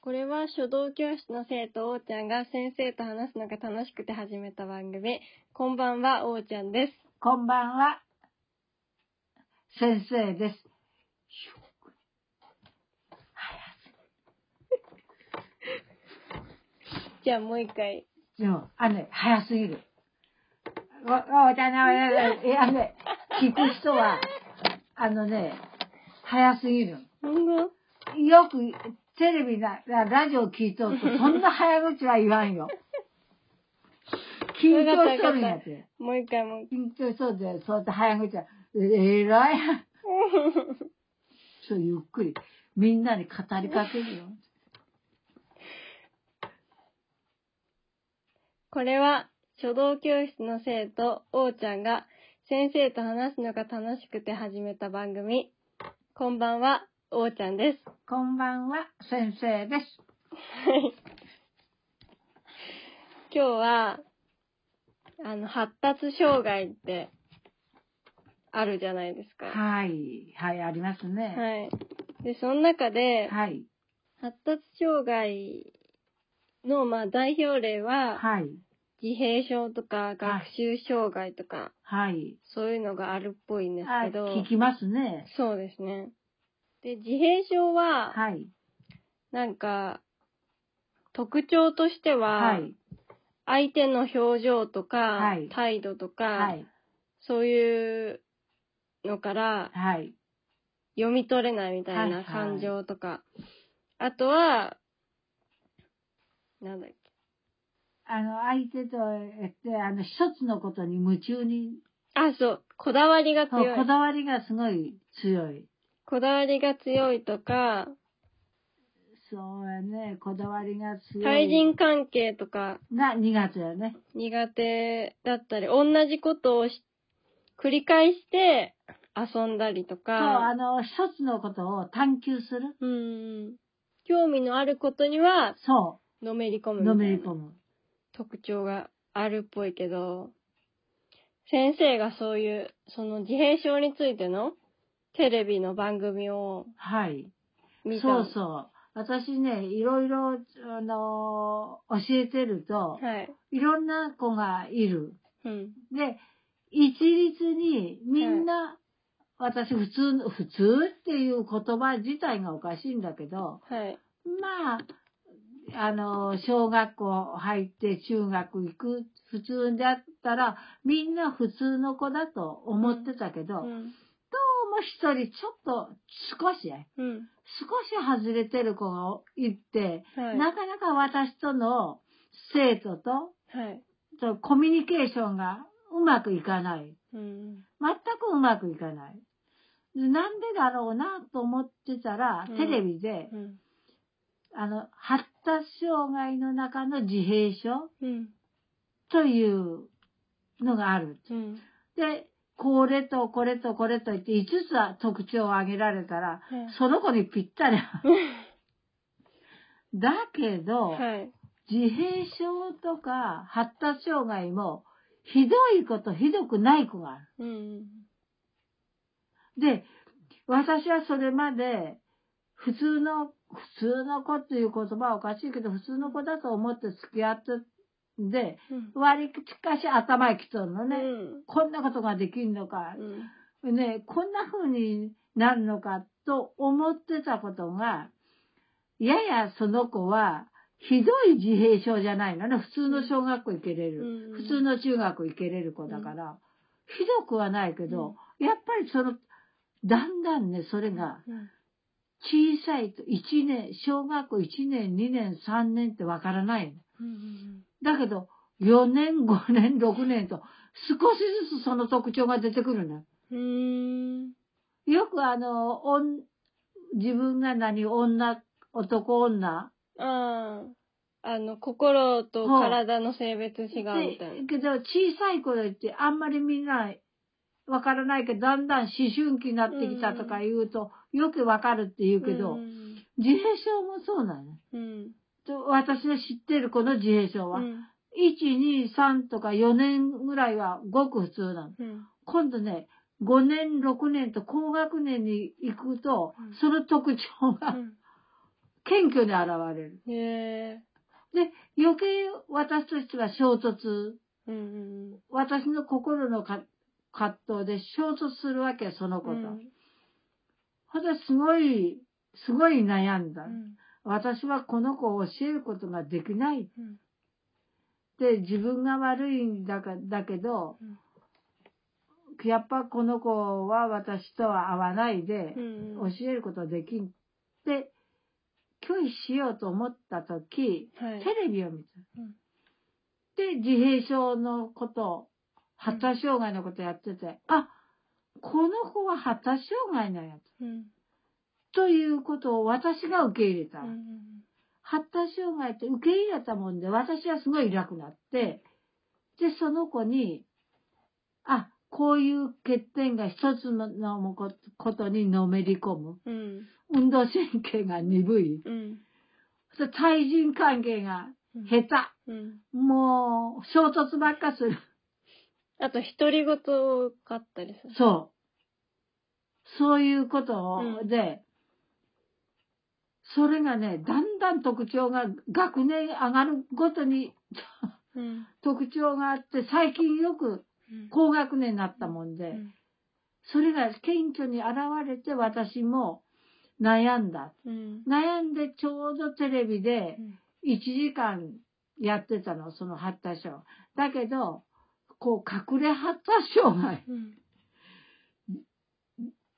これは書道教室の生徒、おーちゃんが先生と話すのが楽しくて始めた番組。こんばんは、おーちゃんです。こんばんは。先生です。じゃあもう一回。でも、あのね、早すぎる。わ、わ、わ、な、わ、え、あのね、聞く人は、あのね、早すぎる。ほんとよく、テレビな、なラジオ聞いとると、そんな早口は言わんよ。緊張しとるんやって。もう一回もう。緊張しとるで、そうやって早口は、えらい。そう、ゆっくり。みんなに語りかけるよ。これは書道教室の生徒、おーちゃんが先生と話すのが楽しくて始めた番組。こんばんは、おーちゃんです。こんばんは、先生です。今日は、あの、発達障害ってあるじゃないですか。はい、はい、ありますね。はい。で、その中で、はい、発達障害の、まあ、代表例は、はい、自閉症とか学習障害とか、はい。そういうのがあるっぽいんですあけど、聞きますね。そうですね。で、自閉症は、はい、なんか、特徴としては、はい、相手の表情とか、はい態度とか、はい、そういうのからはい、読み取れないみたいはいはない感情とか、あとは、なんだっけ、あの、相手と、えって、あの、一つのことに夢中に、あ、そう、こだわりがそう強いこ。だわりがすごい強い。こだわりが強いとか、そうやね、こだわりが強い。対人関係とかが苦手やね。苦手だったり、同じことをし繰り返して遊んだりとそう、あか、の、一つのことを探求する。うん、興味のあることにはそのめり込う、むのみためりい込なむ。特徴があるっぽいけど、先生がそういう、その自閉症についてのテレビの番組をはい。見た。そうそう。私ね、いろいろ、あの、教えてると、はい。いろんな子がいる。うん。で、一律にみんな、私普通の、普通っていう言葉自体がおかしいんだけど、はい。まあ、あの、小学校入って中学行く、普通だったら、みんな普通の子だと思ってたけど、うどん。うも一人ちょっと少し、うん。少し外れてる子がいて、はい。なかなか私との生徒とはい。とコミュニケーションがうまくいかない。うん。全くうまくいかない。でなんでだろうなと思ってたら、うんテレビで、うん。あの、発達障害の中の自閉症うん。というのがある。うん。で、これとこれとこれと言って5つは特徴を挙げられたら、はいその子にぴったり。だけど、 はい。自閉症とか発達障害もひどい子とひどくない子がある。うん。で、私はそれまで、普通の、普通の子っていう言葉はおかしいけど、普通の子だと思って付き合ってんで、うん。割りかし頭にきとるのね。うんこんなことができるのかう、ん。ね、こんな風になるのかと思ってたことが、ややその子は、ひどい自閉症じゃないのね。普通の小学校行けれる。うん普通の中学行けれる子だから、ひどくはないけど、やっぱりその、だんだんね、それがうん小さいと、1年、小学校1年、2年、3年ってわからない。うん。だけど、4年、5年、6年と、少しずつその特徴が出てくるのよ。うん。よくあの、おん自分が何、女、男、女。ああ。あの、心と体の性別違うみたいでけど、小さい頃ってあんまりみんな、わからないけど、だんだん思春期になってきたとか言うと、よくわかるって言うな。けど、うん自閉症もそうなの。うん。と私の知ってるこの自閉症うは、ん。 1、2、3とか4年ぐらいはごく普通なの。うん。今度ね、5年、6年と高学年に行くとうん、その特徴が、うん謙虚に現れる。へえ。で、余計私としては衝突、うんうんうん。私の心のか葛藤で衝突するわけ、そのこと。うんほんですごい、すごい悩んだ。うん私はこの子を教えることができないっうんて自分が悪いんだかだけど、やっぱこの子は私とは合わないでう、んうん。教えることはできんって、拒否しようと思った時、はい。テレビを見た。うんで、自閉症のこと、発達障害のことやってて、あ、この子は発達障害なんやと。うんということを私が受け入れた。うんうん発達障害って受け入れたもんで、私はすごい楽になって、で、その子に、あ、こういう欠点が一つのもこことにのめり込む。うん。運動神経が鈍い。うん。そして対人関係がうん下手。うん。もう、衝突ばっかす る。あと、独り言多かったりする。そう。そういうことをうんで、それがね、だんだん特徴が、学年上がるごとにうん。特徴があって、最近よくうん高学年になったもんで、それが謙虚に現れて私も悩んだ。うん。悩んでちょうどテレビでうん1時間やってたの、その発達症。だけど、こう隠れ発達障害。うん。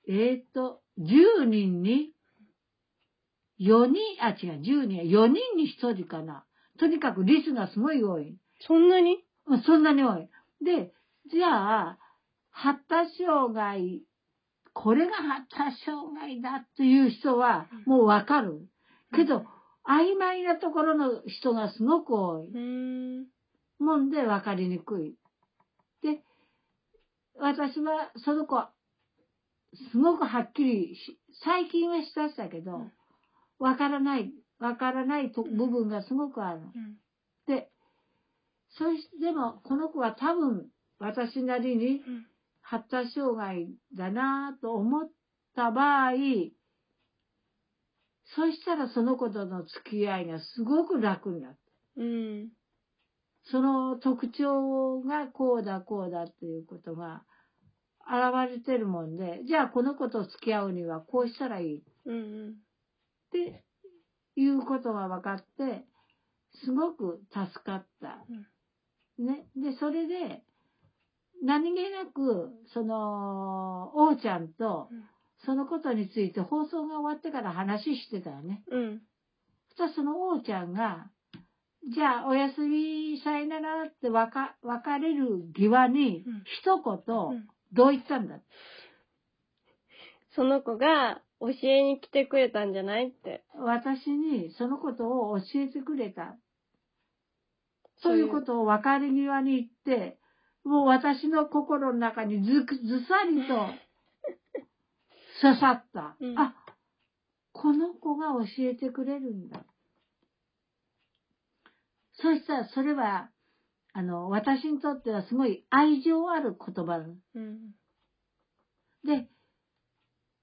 えー、と、10人に、4人、あ、違う、10人、4人に1人かな。とにかくリスがすごい多い。そんなに。うんそんなに多い。で、じゃあ、発達障害、これが発達障害だっていう人は、もうわかる。けど、曖昧なところの人がすごく多いうーん。もんで分かりにくい。で、私はその子、すごくはっきりし、最近はしだしたけど、分からない、分からないと部分がすごくある。うん。で、そして、でも、この子は多分、私なりにうん発達障害だなぁと思った場合、そしたらその子との付き合いがすごく楽になった。うん。その特徴がこうだこうだっていうことが現れてるもんで、じゃあこの子と付き合うにはこうしたらいいっうん。ていうことが分かって、すごく助かった。ね。で、それで、何気なく、その、王ちゃんとうん、そのことについて放送が終わってから話してたよね。うん。そしたらその王ちゃんが、じゃあおやすみさいならってわか別れる際にうん、一う言ん、どう言ったんだって。その子が教えに来てくれたんじゃないって。私にそのことを教えてくれた。そそうういいううことを別れ際に言って、もう私の心の中にずくずさりと 刺さった。うんあ、この子が教えてくれるんだ。そしたらそれは、あの、私にとってはすごい愛情ある言葉なの。うん。で、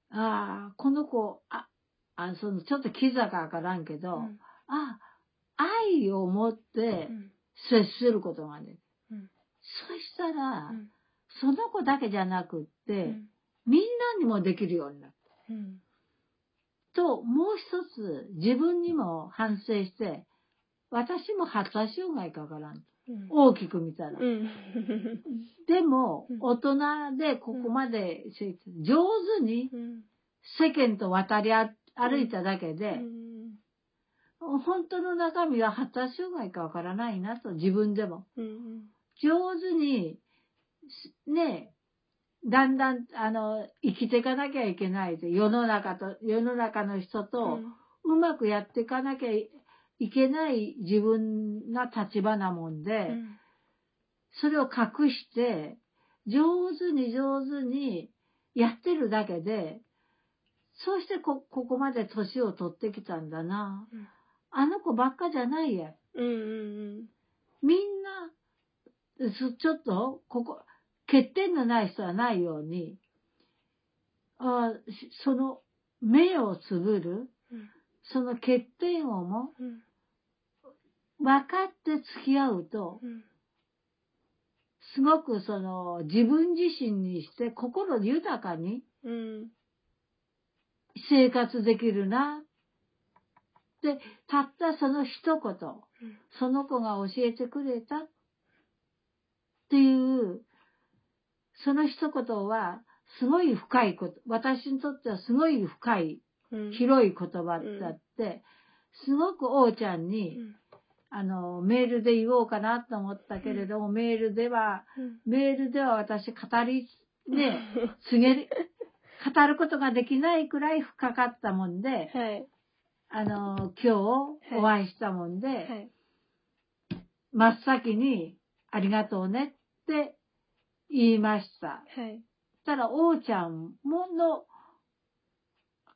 ああ、この子、あ、あその、ちょっとキザかわからんけど、うんあ、愛を持ってうん接することがね。うんそしたら、うんその子だけじゃなくって、うんみんなにもできるようになるうんと、もう一つ、自分にも反省して、私も発達障害かわからん。うん大きく見たら。うんでもうん、大人でここまで、上手にうん世間と渡りあ歩いただけで、うん本当の中身は発達障害かわからないなと、自分でも。うん上手に、しね、だんだん、あの、生きていかなきゃいけないで、世の中と、世の中の人と、うまくやっていかなきゃいけない自分な立場なもんで、うんそれを隠して、上手に上手にやってるだけで、そうしてこ、ここまで年を取ってきたんだなうん。あの子ばっかじゃないや。うんうんみんな、すちょっと、ここ、欠点のない人はないように、あしその、目をつぶるうん、その欠点をもうん分かって付き合うと、うんすごくその自分自身にして心豊かにうん生活できるな。で、たったその一言、その子が教えてくれたっていう、その一言は、すごい深いこと、私にとってはすごい深い、うん広い言葉だって、すごく王ちゃんうに、んあの、メールで言おうかなと思ったけれども、メールでは、うんメールでは私語り、ね、告げる、語ることができないくらい深かったもんで、はいあの、今日お会いしたもんで、はい真っ先にありがとうねって言いました。はいただ、王ちゃんもの、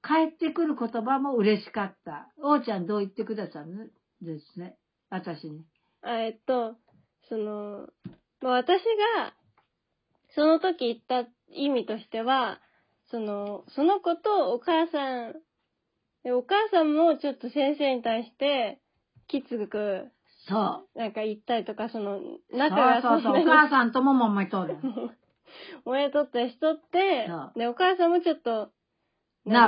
帰ってくる言葉も嬉しかった。王ちゃんどう言ってくださるんですね。私に。あえっとその、まあ、私がその時言った意味としてはそのその子とお母さんでお母さんもちょっと先生に対してきつくそう。なんか言ったりとかそのそう仲がそうそう。お母さんとももめとる。親とった人ってそ、で、お母さんもちょっと、ナ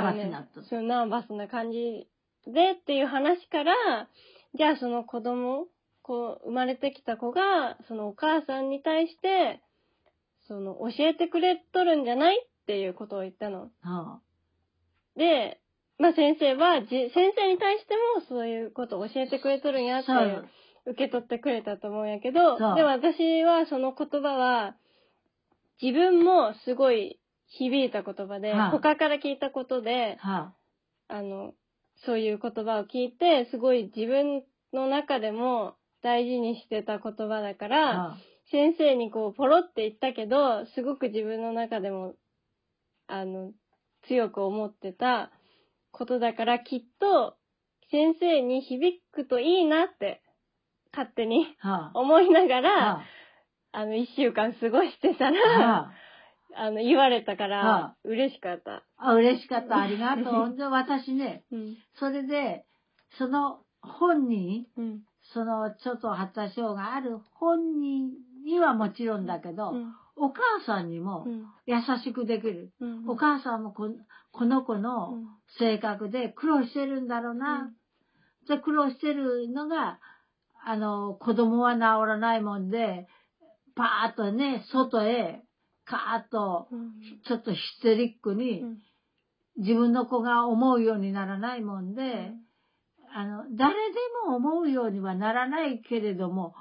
んーかバスねになっとる。そう、ナーバスな感じでっていう話から、じゃあその子供、こう、生まれてきた子が、そのお母さんに対して、その、教えてくれとるんじゃないっていうことを言ったの。うんで、まあ先生はじ、先生に対してもそういうことを教えてくれとるんやってそ いうう。受け取ってくれたと思うんやけど、そうでも私はその言葉は、自分もすごい響いた言葉で、はい他から聞いたことで、はあの、そういう言葉を聞いて、すごい自分の中でも大事にしてた言葉だから、あ、は先生にこう、ポロって言ったけど、すごく自分の中でも、あの、強く思ってたことだから、きっと、先生に響くといいなって、勝手にあ、は思いながあ、ら、はあの、一週間過ごしてたあ、はら、あ。あの、言われたかはらあ、嬉しかった。あ、嬉しかった。ありが とう。で、私ね、うん。それで、その本人、うん。そのちょっと発達症がある本人にはもちろんだけど、うん。お母さんにもうん。優しくできる。うん。お母さんもここの子うのん性格で苦労してるんだろうな。で、苦労してるのが、あの、子供は治らないもんで、パーッとね、外へ、カーッと、うん。ちょっとヒステリックに、うん。自分の子が思うようにならないもんで、あの、誰でも思うようにはならないけれども、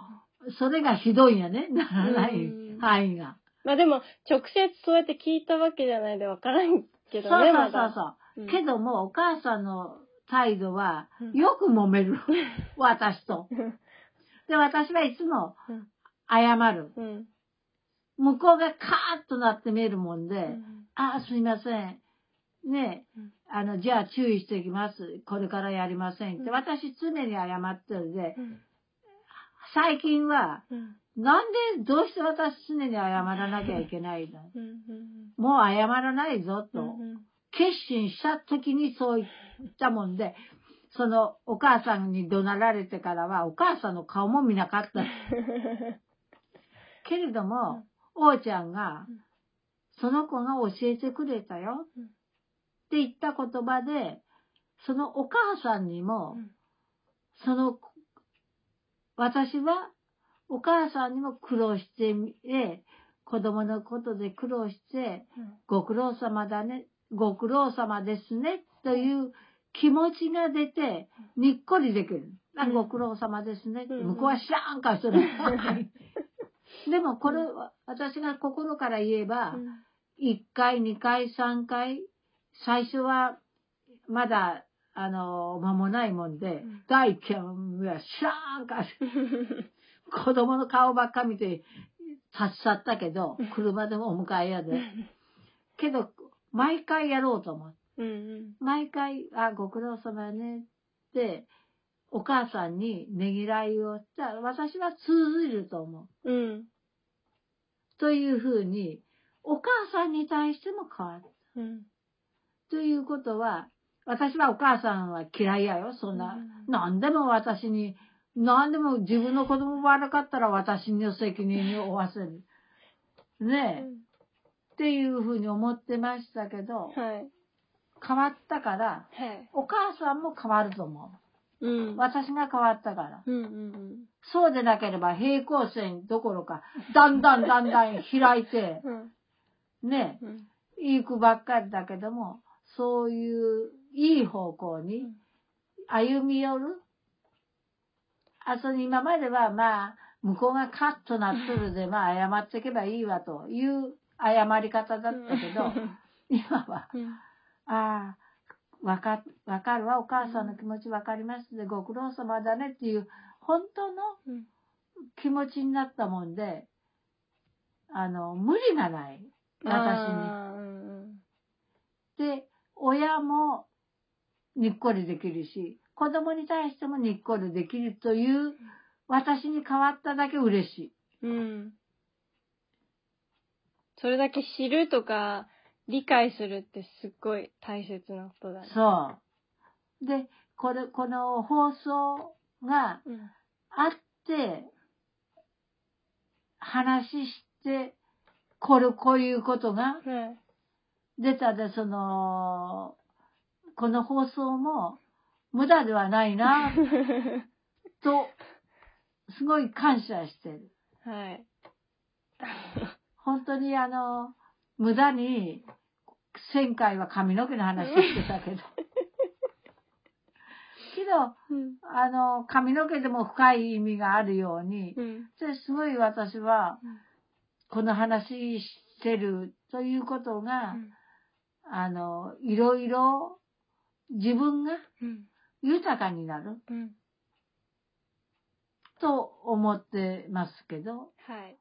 それがひどいんやね。ならないうん範囲が。まあでも、直接そうやって聞いたわけじゃないでわからんけどそうそうね、そまうそうだ。。うんけども、お母さんの態度はうん、よく 揉める。私と。で、私はいつもうん、謝る。うん。向こうがカーッとなって見えるもんで、うんあ、すいません。ねえうんあの、じゃあ注意してきます。これからやりませんって。うん私常に謝ってるで、うん最近は、うんなんで、どうして私常に謝らなきゃいけないのうんうんもう謝らないぞと、うん決心した時にそう言ったもんで、そのお母さんに怒鳴られてからはお母さんの顔も見なかった。けれども、王ちゃんがうん、その子が教えてくれたようんって言った言葉で、そのお母さんにも、うんその、私はお母さんにも苦労してみて、子供のことで苦労して、ご苦労様だね、ご苦労様ですね、という気持ちが出て、にっこりできる。あうんご苦労様ですね。うん向こうは知らん顔してる。 でもこれは、私が心から言えば、1回、2回、3回、最初はまだ、あの、間もないもんで、ん第1回は知らん顔して子供の顔ばっか見て、立ち去ったけど、車でもお迎えやで。けど、毎回やろうと思う。うん毎回、あ、ご苦労様ねって、お母さんにねぎらいをした私は通じると思う。うんというふうに、お母さんに対しても変わる。うんということは、私はお母さんは嫌いやよ、そんな。うん何でも私に、何でも自分の子供悪かったら私の責任を負わせる。ねえ、っていうふうに思ってましたけど、はい。変わったから、はい。お母さんも変わると思うんう。。私が変わったから。うんうんそうでなければ平行線どころか、だんだんだんだん開いて、うん。ねうん。え、いい子ばっかりだけども、そういういい方向に歩み寄る。あとに今まではまあ、向こうがカッとなっとるで、まあ謝っていけばいいわという謝り方だったけど、 今は、うん。ああ、わか、わかるわ、お母さんの気持ちわかりますで、ご苦労様だねっていう、本当のうん。気持ちになったもんで、あの、無理がない。私あーうんに。で、親もにっこりできるし、子供に対してもにっこりできるという、私に変わっただけ嬉しい。うん。うん。それだけ知るとか、理解するってすっごい大切なことだね。そう。で、これ、この放送がうん。あって、話して、これ、こういうことがはい。出たで、その、この放送も無駄ではないな、と、すごい感謝してる。はい。本当にあの、無駄に、前回は髪の毛の話してたけど。けど、うん。あの、髪の毛でも深い意味があるように、うん。ですごい私はうん、この話してるということが、あの、いろいろ自分がうん。豊かになるうん。と思ってますけど、はい。